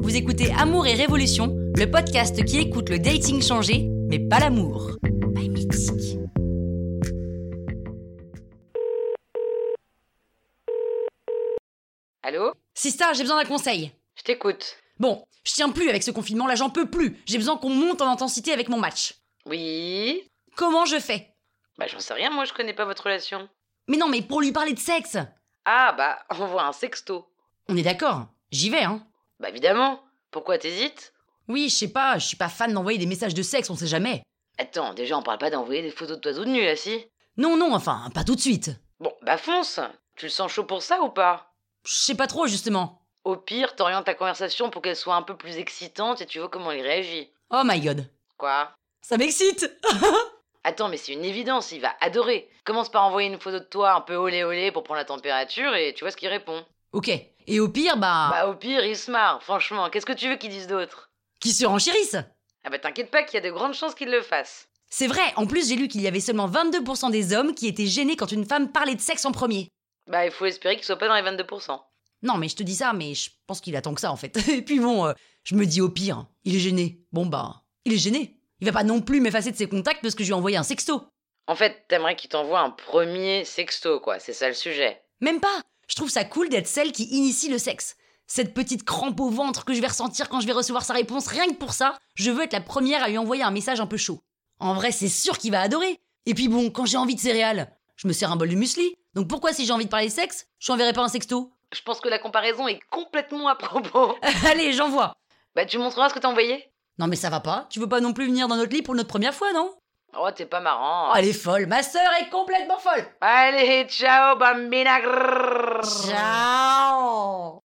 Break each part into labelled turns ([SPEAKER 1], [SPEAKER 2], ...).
[SPEAKER 1] Vous écoutez Amour et Révolution, le podcast qui écoute le dating changé, mais pas l'amour. By Mythique.
[SPEAKER 2] Allô
[SPEAKER 1] Sista, j'ai besoin d'un conseil.
[SPEAKER 2] Je t'écoute.
[SPEAKER 1] Bon, je tiens plus avec ce confinement, là j'en peux plus. J'ai besoin qu'on monte en intensité avec mon match.
[SPEAKER 2] Oui
[SPEAKER 1] Comment je fais
[SPEAKER 2] Bah j'en sais rien, moi je connais pas votre relation.
[SPEAKER 1] Mais non, mais pour lui parler de sexe.
[SPEAKER 2] Ah bah on voit un sexto.
[SPEAKER 1] On est d'accord, j'y vais, hein.
[SPEAKER 2] Bah évidemment. Pourquoi t'hésites
[SPEAKER 1] Oui, je sais pas, je suis pas fan d'envoyer des messages de sexe, on sait jamais.
[SPEAKER 2] Attends, déjà on parle pas d'envoyer des photos de toi toute nue là si
[SPEAKER 1] Non, non, enfin, pas tout de suite.
[SPEAKER 2] Bon bah fonce Tu le sens chaud pour ça ou pas
[SPEAKER 1] Je sais pas trop, justement.
[SPEAKER 2] Au pire, t'orientes ta conversation pour qu'elle soit un peu plus excitante et tu vois comment il réagit.
[SPEAKER 1] Oh my god.
[SPEAKER 2] Quoi
[SPEAKER 1] Ça m'excite
[SPEAKER 2] Attends, mais c'est une évidence, il va adorer. Commence par envoyer une photo de toi un peu olé olé pour prendre la température et tu vois ce qu'il répond.
[SPEAKER 1] Ok. Et au pire, bah.
[SPEAKER 2] Bah au pire, il se marre, franchement. Qu'est-ce que tu veux qu'il dise d'autre
[SPEAKER 1] Qu'ils se renchérissent
[SPEAKER 2] Ah bah t'inquiète pas qu'il y a de grandes chances qu'il le fasse.
[SPEAKER 1] C'est vrai, en plus j'ai lu qu'il y avait seulement 22% des hommes qui étaient gênés quand une femme parlait de sexe en premier.
[SPEAKER 2] Bah, il faut espérer qu'il soit pas dans les 22%.
[SPEAKER 1] Non mais je te dis ça, mais je pense qu'il attend que ça en fait. Et puis bon, euh, je me dis au pire, il est gêné. Bon bah, il est gêné. Il va pas non plus m'effacer de ses contacts parce que je lui ai envoyé un sexto.
[SPEAKER 2] En fait, t'aimerais qu'il t'envoie un premier sexto, quoi. C'est ça le sujet.
[SPEAKER 1] Même pas Je trouve ça cool d'être celle qui initie le sexe. Cette petite crampe au ventre que je vais ressentir quand je vais recevoir sa réponse, rien que pour ça, je veux être la première à lui envoyer un message un peu chaud. En vrai, c'est sûr qu'il va adorer. Et puis bon, quand j'ai envie de céréales, je me sers un bol de muesli. Donc pourquoi si j'ai envie de parler sexe, je n'enverrai pas un sexto
[SPEAKER 2] Je pense que la comparaison est complètement à propos.
[SPEAKER 1] Allez, j'envoie
[SPEAKER 2] bah, tu montreras ce que t'as envoyé
[SPEAKER 1] Non mais ça va pas, tu veux pas non plus venir dans notre lit pour notre première fois, non
[SPEAKER 2] Oh, t'es pas marrant.
[SPEAKER 1] Oh, elle est folle, ma sœur est complètement folle
[SPEAKER 2] Allez, ciao, bambina.
[SPEAKER 1] Ciao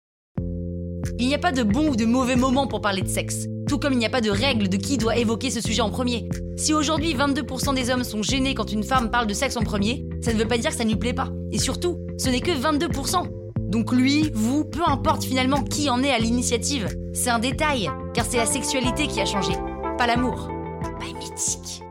[SPEAKER 1] Il n'y a pas de bon ou de mauvais moment pour parler de sexe, tout comme il n'y a pas de règle de qui doit évoquer ce sujet en premier. Si aujourd'hui 22% des hommes sont gênés quand une femme parle de sexe en premier, ça ne veut pas dire que ça ne lui plaît pas. Et surtout, ce n'est que 22%. Donc lui, vous, peu importe finalement qui en est à l'initiative, c'est un détail, car c'est la sexualité qui a changé, pas l'amour. Pas mythique.